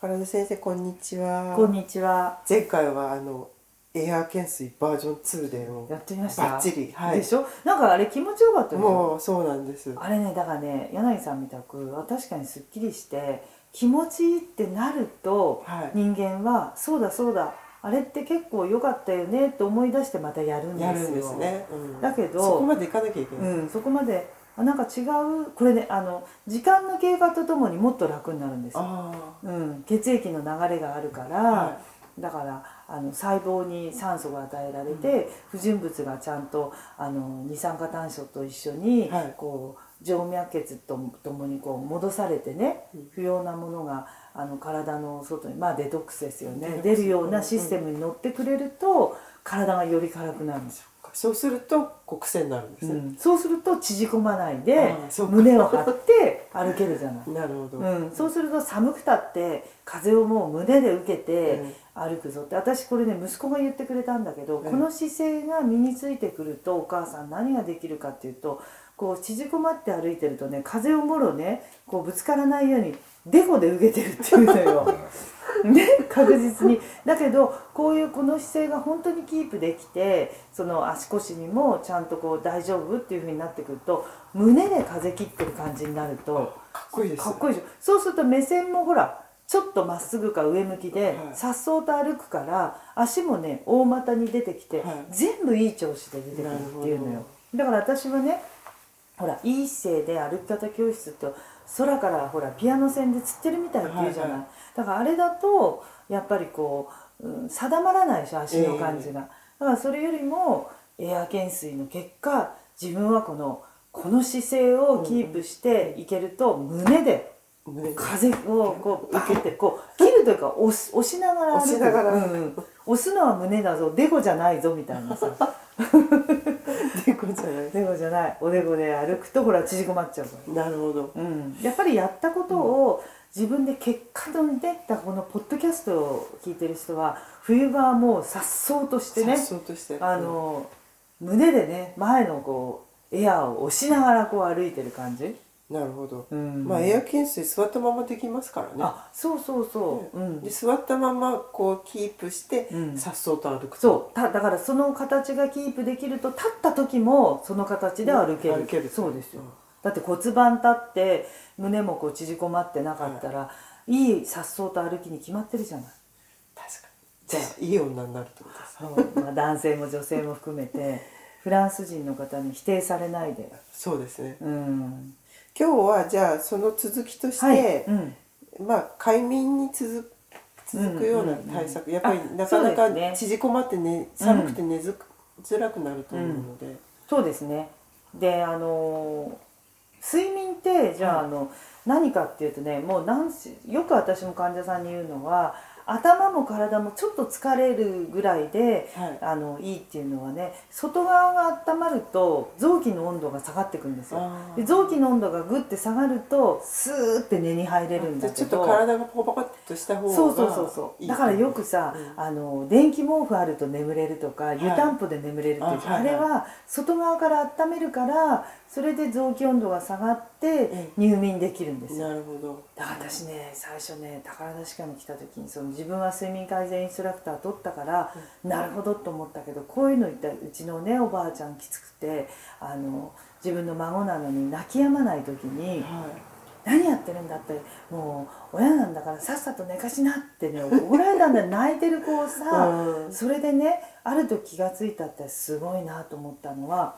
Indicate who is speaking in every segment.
Speaker 1: 宝田先生こんにちは
Speaker 2: こんにちは。
Speaker 1: 前回はあのエアー懸垂バージョン2でも
Speaker 2: やってみました。
Speaker 1: バッチリはい
Speaker 2: でしょ。なんかあれ気持ちよかったでしょ。
Speaker 1: もうそうなんです
Speaker 2: あれねだからね柳井さんみたくあ確かにすっきりして気持ちいいってなると、
Speaker 1: はい
Speaker 2: 人間はそうだそうだあれって結構良かったよねって思い出してまたやるんですよ。
Speaker 1: やるんですね、うん
Speaker 2: だけど
Speaker 1: そこまでいかなきゃいけない、
Speaker 2: うんそこまであなんか違うこれねあの時間の経過とともにもっと楽になるんですよ。
Speaker 1: あ
Speaker 2: うん、血液の流れがあるから、
Speaker 1: あは
Speaker 2: だからあの細胞に酸素が与えられて、不純物がちゃんとあの二酸化炭素と一緒に、
Speaker 1: はい
Speaker 2: こう静脈血とともにこう戻されてね
Speaker 1: うん
Speaker 2: 不要なものがあの体の外に、まあ、デトックスですよね
Speaker 1: デトッ
Speaker 2: 出
Speaker 1: クス
Speaker 2: るようなシステムに乗ってくれると、体がより軽くなるんですよ。
Speaker 1: い、そうするとこう癖になるんですね、
Speaker 2: うん、そうすると縮こまないで
Speaker 1: あーそうか
Speaker 2: 胸を張って歩けるじゃない。
Speaker 1: なるほど、
Speaker 2: うん、そうすると寒くたって風をもう胸で受けて
Speaker 1: うん
Speaker 2: 歩くぞって私これね息子が言ってくれたんだけど、
Speaker 1: うん
Speaker 2: この姿勢が身についてくるとお母さん何ができるかっていうとこう縮こまって歩いてるとね風をもろねこうぶつからないようにデコで受けてるっていうのよ。 ね、確実にだけどこういうこの姿勢が本当にキープできてその足腰にもちゃんとこう大丈夫っていう風になってくると胸で風切ってる感じになると
Speaker 1: かっこいいです
Speaker 2: かっこいいでしょそうすると目線もほらちょっとまっすぐか上向きで
Speaker 1: はい
Speaker 2: さっそうと歩くから足もね大股に出てきて、
Speaker 1: はい
Speaker 2: 全部いい調子で出てくるっていうの
Speaker 1: なる
Speaker 2: よ
Speaker 1: ほ
Speaker 2: だから私はねほらいい姿勢で歩き方教室って空からほらピアノ線で釣ってるみたいっていうじゃない、
Speaker 1: はいは
Speaker 2: だからあれだとやっぱりこう、うん定まらないでしょ足の感じが、だからそれよりもエア懸垂の結果自分はこのこの姿勢をキープしていけると胸で
Speaker 1: 胸が
Speaker 2: 風をこう受けてこう切るというか押す押しながら歩く
Speaker 1: 押しながら
Speaker 2: うんうん押すのは胸だぞデコじゃないぞみたいなさ
Speaker 1: 出てくるんじゃない
Speaker 2: デコじゃないおでこで歩くとほら縮こまっちゃうから。
Speaker 1: なるほど
Speaker 2: うん、やっぱりやったことを自分で結果と出たこのポッドキャストを聞いてる人は冬場はもう颯爽としてね
Speaker 1: そうとして
Speaker 2: あの胸でね前のこうエアーを押しながらこう歩いてる感じ、
Speaker 1: なるほど、
Speaker 2: うん
Speaker 1: まあエア懸垂座ったままできますからね
Speaker 2: あそうそうそう、うん
Speaker 1: で座ったままこうキープして
Speaker 2: うん
Speaker 1: さっそうと歩くと、
Speaker 2: そうただからその形がキープできると立った時もその形で歩ける,、
Speaker 1: 歩ける
Speaker 2: そうですよ、
Speaker 1: うん
Speaker 2: だって骨盤立って胸もこう縮こまってなかったら、い、い颯爽と歩きに決まってるじゃない
Speaker 1: 確かにじゃあいい女になるってことです
Speaker 2: そうまあ、男性も女性も含めてフランス人の方に否定されないで、
Speaker 1: そうですね
Speaker 2: うん、
Speaker 1: 今日はじゃあその続きとして、
Speaker 2: はい、うん、
Speaker 1: まあ快眠に続く続くような対策、やっぱりなかな
Speaker 2: あそうです
Speaker 1: か
Speaker 2: ね
Speaker 1: 縮こまって、ね、寒くて寝づ,、づらくなると思うので、
Speaker 2: そうですねであのー睡眠ってじゃあ,、あの何かっていうとねもう何しよく私も患者さんに言うのは頭も体もちょっと疲れるぐらいで、
Speaker 1: はい
Speaker 2: あのいいっていうのはね外側が温まると臓器の温度が下がってくるんですよ
Speaker 1: あー
Speaker 2: で臓器の温度がグッて下がるとスーって寝に入れる
Speaker 1: じ
Speaker 2: んだ
Speaker 1: ゃあ
Speaker 2: けど
Speaker 1: ちょっと体がポカポカっとした方が
Speaker 2: そうそうそうそうだからよくさ、
Speaker 1: うん
Speaker 2: あの電気毛布あると眠れるとか湯たんぽで眠れるっていう、
Speaker 1: あは
Speaker 2: あ
Speaker 1: いはい
Speaker 2: れは外側から温めるからそれで臓器温度が下がって入眠できるんですよ、
Speaker 1: なるほど
Speaker 2: だから私ね最初ね宝田歯科に来た時にその自分は睡眠改善インストラクター取ったから、なるほどと思ったけどこういうの言ったらうちのねおばあちゃんきつくてあの自分の孫なのに泣き止まない時に。
Speaker 1: はい
Speaker 2: 何やってるんだってもう親なんだからさっさと寝かしなってね怒られたんだよ泣いてる子をさ
Speaker 1: うん
Speaker 2: それでねある時気がついたってすごいなと思ったのは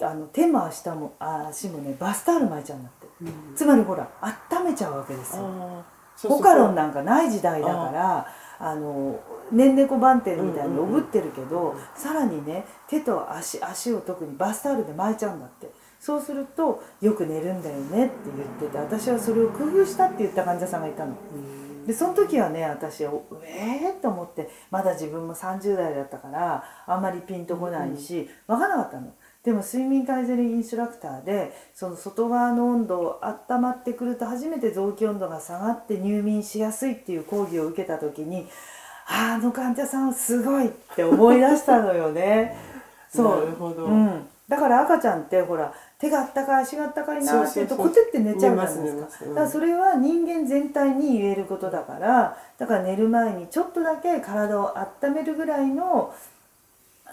Speaker 2: あの手も足もあ足もねバスタオル巻いちゃうんだって
Speaker 1: うん
Speaker 2: つまりほら温めちゃうわけですよ。
Speaker 1: あーそうそう
Speaker 2: ポカロンなんかない時代だからあのねんねこ番店みたいにおぶってるけど、さらにね手と足足を特にバスタオルで巻いちゃうんだってそうするとよく寝るんだよねって言ってて私はそれを工夫したって言った患者さんがいたの。
Speaker 1: うん
Speaker 2: でその時はね私おえー、と思ってまだ自分も30代だったからあんまりピンとこないし、わからなかったの。でも睡眠改善インストラクターでその外側の温度を温まってくると初めて臓器温度が下がって入眠しやすいっていう講義を受けた時にあーあの患者さんすごいって思い出したのよね。そ
Speaker 1: な
Speaker 2: う
Speaker 1: るほど
Speaker 2: うん、だから赤ちゃんってほら手があったかい足があったかいなっていうと
Speaker 1: そうそうそ
Speaker 2: こ
Speaker 1: う
Speaker 2: てって寝ちゃうじゃないですか
Speaker 1: 寝ます寝ますうん
Speaker 2: だからそれは人間全体に言えることだからだから寝る前にちょっとだけ体を温めるぐらいの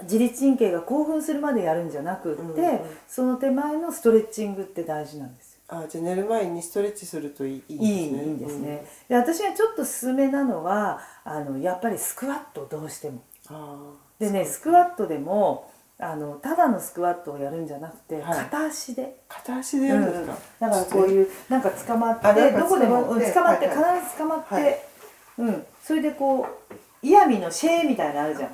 Speaker 2: 自律神経が興奮するまでやるんじゃなくって、
Speaker 1: うんうん
Speaker 2: その手前のストレッチングって大事なんですよ
Speaker 1: あじゃあ寝る前にストレッチするといいい
Speaker 2: いいいいですね、、で私がちょっと勧めなのはあのやっぱりスクワットどうしても
Speaker 1: うんあ
Speaker 2: でねスクワットでもあのただのスクワットをやるんじゃなくて、
Speaker 1: はい
Speaker 2: 片足で。
Speaker 1: あ片足でやるんですか、
Speaker 2: だからこう
Speaker 1: う
Speaker 2: いうなんか捕ま
Speaker 1: あ
Speaker 2: っ
Speaker 1: なん
Speaker 2: て
Speaker 1: か
Speaker 2: どこでも
Speaker 1: 捕ま
Speaker 2: う
Speaker 1: っ
Speaker 2: ん
Speaker 1: て
Speaker 2: 捕まっ
Speaker 1: は
Speaker 2: て必
Speaker 1: いは
Speaker 2: ず捕まっ
Speaker 1: はい
Speaker 2: てうんそれでこうイヤミのシェーみたいなのあるじゃん
Speaker 1: はい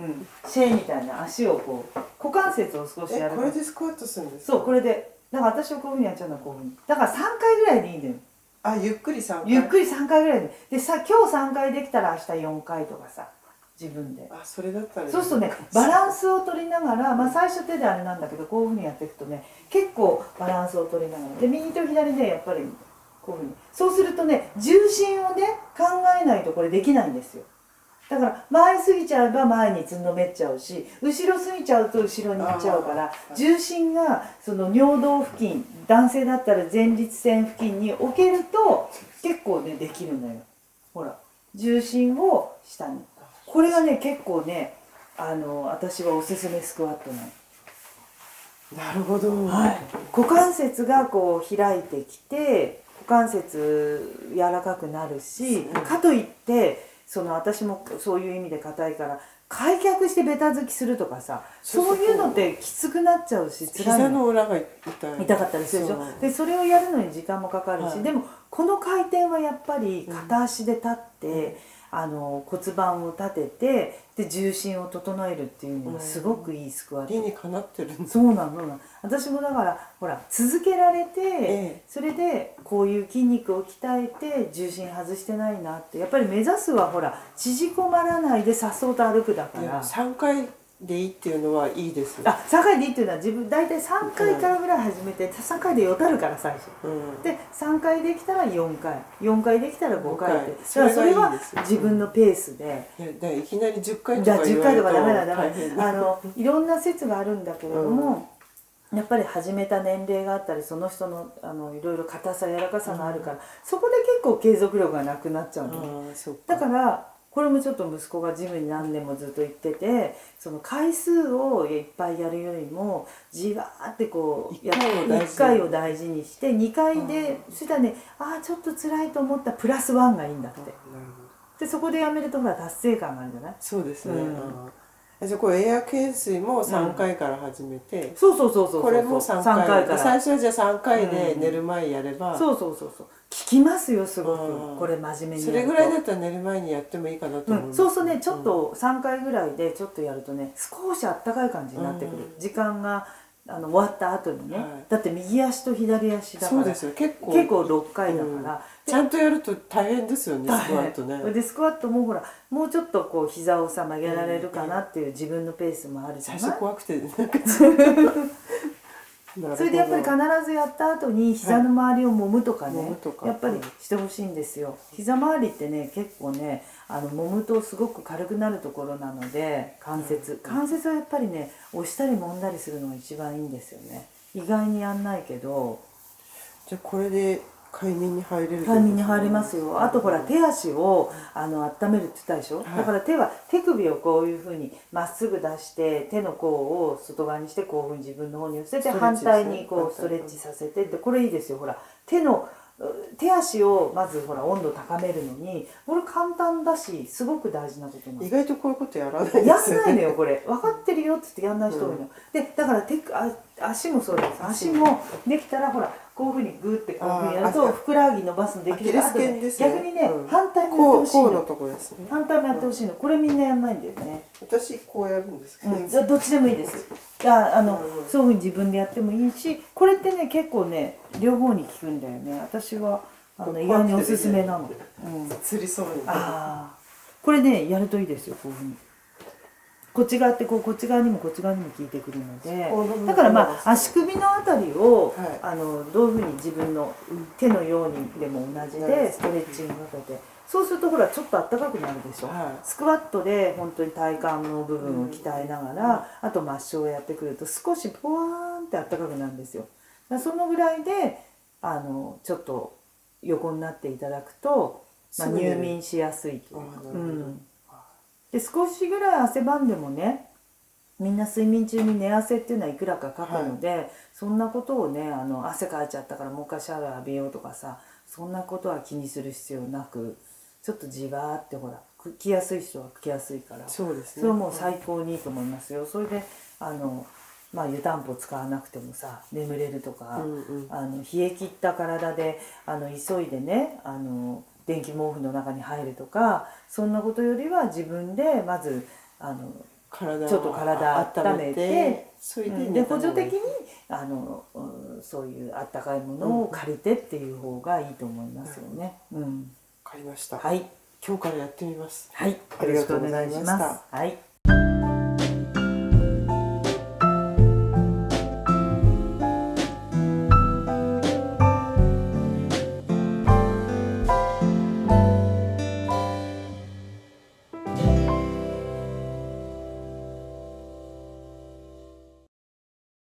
Speaker 2: うんシェーみたいな足をこう股関節を少しや
Speaker 1: え
Speaker 2: る
Speaker 1: これでスクワットするんですか
Speaker 2: そうこれでだから私はこういうふうにやっちゃうのこういうふうにだから3回ぐらいでいいんだよ
Speaker 1: あゆっくり3回
Speaker 2: ゆっくり3回ぐらいででさ今日3回できたら明日4回とかさ自分で
Speaker 1: あそれだったらいい
Speaker 2: そうするとねバランスを取りながら、まあ、最初手であれなんだけどこういうふうにやっていくとね結構バランスを取りながらで右と左でやっぱりこういうふうにそうするとね重心をね考えないとこれできないんですよだから前過ぎちゃえば前につんのめっちゃうし後ろ過ぎちゃうと後ろに行っちゃうから
Speaker 1: あー
Speaker 2: 重心がその尿道付近男性だったら前立腺付近に置けると結構ねできるのよほら重心を下にこれがね結構ねあの私はおすすめスクワットなの、
Speaker 1: なるほど、
Speaker 2: 股関節がこう開いてきて股関節柔らかくなるし
Speaker 1: そう
Speaker 2: かといってその私もそういう意味で硬いから開脚してベタづきするとかさ
Speaker 1: そうそ
Speaker 2: そうういうのってきつくなっちゃうし辛い
Speaker 1: 膝の裏が痛い
Speaker 2: 痛かったりするでしょ
Speaker 1: そう
Speaker 2: でそれをやるのに時間もかかるし、
Speaker 1: はい
Speaker 2: でもこの回転はやっぱり片足で立って、あの骨盤を立ててで重心を整えるっていうのがすごくいいスクワット、
Speaker 1: 理にかなってるんです
Speaker 2: そうなのそうなの私もだからほら続けられて、
Speaker 1: え
Speaker 2: それでこういう筋肉を鍛えて重心外してないなってやっぱり目指すはほら縮こまらないでさっそうと歩くだか
Speaker 1: でも
Speaker 2: ら。
Speaker 1: 3回でいいっていうのはいいです
Speaker 2: あ3回でいいっていうのは自分大体3回からぐらい始めて3回でよたるから最初。
Speaker 1: うん、
Speaker 2: で3回できたら4回4回できたら5回って
Speaker 1: 五回
Speaker 2: だからそれ
Speaker 1: それがいい
Speaker 2: は
Speaker 1: ですよ
Speaker 2: 自分のペースで。
Speaker 1: いやだからいきなり10回と
Speaker 2: じゃあ
Speaker 1: か言
Speaker 2: 10
Speaker 1: われ
Speaker 2: 回と
Speaker 1: る
Speaker 2: か
Speaker 1: と
Speaker 2: ダメだダ
Speaker 1: 大変
Speaker 2: メだあのいろんな説があるんだけれども、やっぱり始めた年齢があったりその人のあのいろいろ硬さ柔らかさがあるから、そこで結構継続力がなくなっちゃうのね、
Speaker 1: ああそう
Speaker 2: だからこれもちょっと息子がジムに何年もずっと行っててその回数をいっぱいやるよりもじわーってこう
Speaker 1: 一回を大事に
Speaker 2: 1回を大事にして2回でそしたらねああちょっと辛いと思ったプラスワンがいいんだって
Speaker 1: なるほど
Speaker 2: でそこでやめるとほら達成感があるじゃない
Speaker 1: そうですね、
Speaker 2: うん
Speaker 1: ああじゃあこれエア懸垂も3回から始めて、
Speaker 2: そうそうそうそうそう
Speaker 1: これも3回
Speaker 2: 三回か
Speaker 1: 最
Speaker 2: ら
Speaker 1: 初はじゃあ3回で
Speaker 2: うん
Speaker 1: 寝る前やれば、
Speaker 2: そうそうそうそう聞きますよすご
Speaker 1: うん
Speaker 2: くこれ真面目に
Speaker 1: そ
Speaker 2: やる
Speaker 1: れ
Speaker 2: と
Speaker 1: ぐらいだったら寝る前にやってもいいかなと思います、
Speaker 2: うん、そうそうねちょっと3回ぐらいでちょっとやるとね少しあったかい感じになってくる、
Speaker 1: う
Speaker 2: 時間があの終わった後にね、
Speaker 1: はい
Speaker 2: だって右足と左足だか
Speaker 1: そう
Speaker 2: ら
Speaker 1: ですよ結構
Speaker 2: 結構6回だから、
Speaker 1: ちゃんとやると大変ですよね
Speaker 2: 大
Speaker 1: スクワ
Speaker 2: 変
Speaker 1: ットね
Speaker 2: でスクワットもほらもうちょっとこう膝をさ曲げられるかなっていう自分のペースもあるじゃ
Speaker 1: 最
Speaker 2: ない
Speaker 1: 初怖くてなんか
Speaker 2: それでやっぱり
Speaker 1: なる
Speaker 2: 必ずやった後に膝の周りを揉むとかね、
Speaker 1: はい揉むとか
Speaker 2: やっぱりしてほしいんですよ膝周りってね結構ねあの揉むとすごく軽くなるところなので関節、関節はやっぱりね押したり揉んだりするのが一番いいんですよね意外にやんないけど
Speaker 1: ほどじゃあこれで快眠に入れる
Speaker 2: タイミングに入ります
Speaker 1: よ
Speaker 2: よあとほら手足をあの温めるって言ったでしょ、
Speaker 1: い
Speaker 2: だから手は手首をこういうふうにまっすぐ出して手の甲を外側にしてこういうふうに自分の方に寄せて
Speaker 1: ストレッ
Speaker 2: 反
Speaker 1: チですね
Speaker 2: 対にこうストレッチさせてでこれいいですよほら手のう手足をまずほら温度高めるのにこれ簡単だしすごく大事なことなんです
Speaker 1: 意外とこういうことやらないです
Speaker 2: や
Speaker 1: よ
Speaker 2: んないのよこれ分かってるよっつってやんない人多いの、でだから手あ足もそうです足もできたらほらこういうふうにグーってこういうふうにやる
Speaker 1: あ
Speaker 2: と
Speaker 1: ーあ
Speaker 2: ふくらはぎ伸ばすので
Speaker 1: ア
Speaker 2: き
Speaker 1: キ
Speaker 2: る
Speaker 1: レ
Speaker 2: あ
Speaker 1: ス
Speaker 2: とね
Speaker 1: 腱ですね
Speaker 2: 逆にね、
Speaker 1: うん
Speaker 2: 反対もやって
Speaker 1: こ
Speaker 2: ほ
Speaker 1: う
Speaker 2: しい
Speaker 1: こうの
Speaker 2: の
Speaker 1: とこですね
Speaker 2: 反対もやってほしいのこれみんなやんないんだよね、
Speaker 1: 私こうやるんですけど、
Speaker 2: うん、じゃあどっちでもいいですいやあの、
Speaker 1: うん
Speaker 2: そういうふうに自分でやってもいいしこれってね結構ね両方に効くんだよね私はあの意外におすすめなの、うん
Speaker 1: 釣りそうに
Speaker 2: ああこれねやるといいですよこういうふうにこっち側ってこうこっち側にもこっち側にも効いてくるので
Speaker 1: この部分
Speaker 2: だから
Speaker 1: が
Speaker 2: ま
Speaker 1: です
Speaker 2: あ
Speaker 1: ね
Speaker 2: 足首のあたりを、
Speaker 1: はい
Speaker 2: あのどういうふうに自分の手のようにでも同じ
Speaker 1: うん
Speaker 2: でストレッチングかけてそうするとほらちょっとあったかくなるでしょ、
Speaker 1: はい
Speaker 2: スクワットで本当に体幹の部分を鍛えながら、あと抹消をやってくると少しポワーンってあったかくなるんですよ。だからそのぐらいであのちょっと横になっていただくと、まあ、
Speaker 1: すぐ寝
Speaker 2: 入
Speaker 1: る
Speaker 2: 眠しやすいと
Speaker 1: あ
Speaker 2: い
Speaker 1: あな
Speaker 2: うか
Speaker 1: るほど、
Speaker 2: うん、で少しぐらい汗ばんでもねみんな睡眠中に寝汗っていうのはいくらかかくので、そんなことをねあの汗かいちゃったからもう一回シャワー浴びようとかさそんなことは気にする必要なくちょっとじわーってほらく来やすい人は来やすいから
Speaker 1: そうです
Speaker 2: そ
Speaker 1: ね
Speaker 2: れはもう最高にいいと思いますよ。それであのまあ湯たんぽ使わなくてもさ眠れるとか、
Speaker 1: うんうん
Speaker 2: あの冷え切った体であの急いでねあの電気毛布の中に入るとかそんなことよりは自分でまずあの
Speaker 1: 体を
Speaker 2: ちょっと体温めて
Speaker 1: それで
Speaker 2: うん
Speaker 1: 寝
Speaker 2: で
Speaker 1: た
Speaker 2: 補
Speaker 1: 方がい
Speaker 2: 助
Speaker 1: い
Speaker 2: 的にあの、うんそういうあったかいものを借りてっていう方がいいと思いますよね。うん
Speaker 1: わかりました、
Speaker 2: はい、
Speaker 1: 今日からやってみます
Speaker 2: はい、よ
Speaker 1: あり
Speaker 2: ろ
Speaker 1: が
Speaker 2: しく
Speaker 1: と
Speaker 2: お
Speaker 1: うござい
Speaker 2: 願
Speaker 1: ま
Speaker 2: い
Speaker 1: した
Speaker 2: します。はい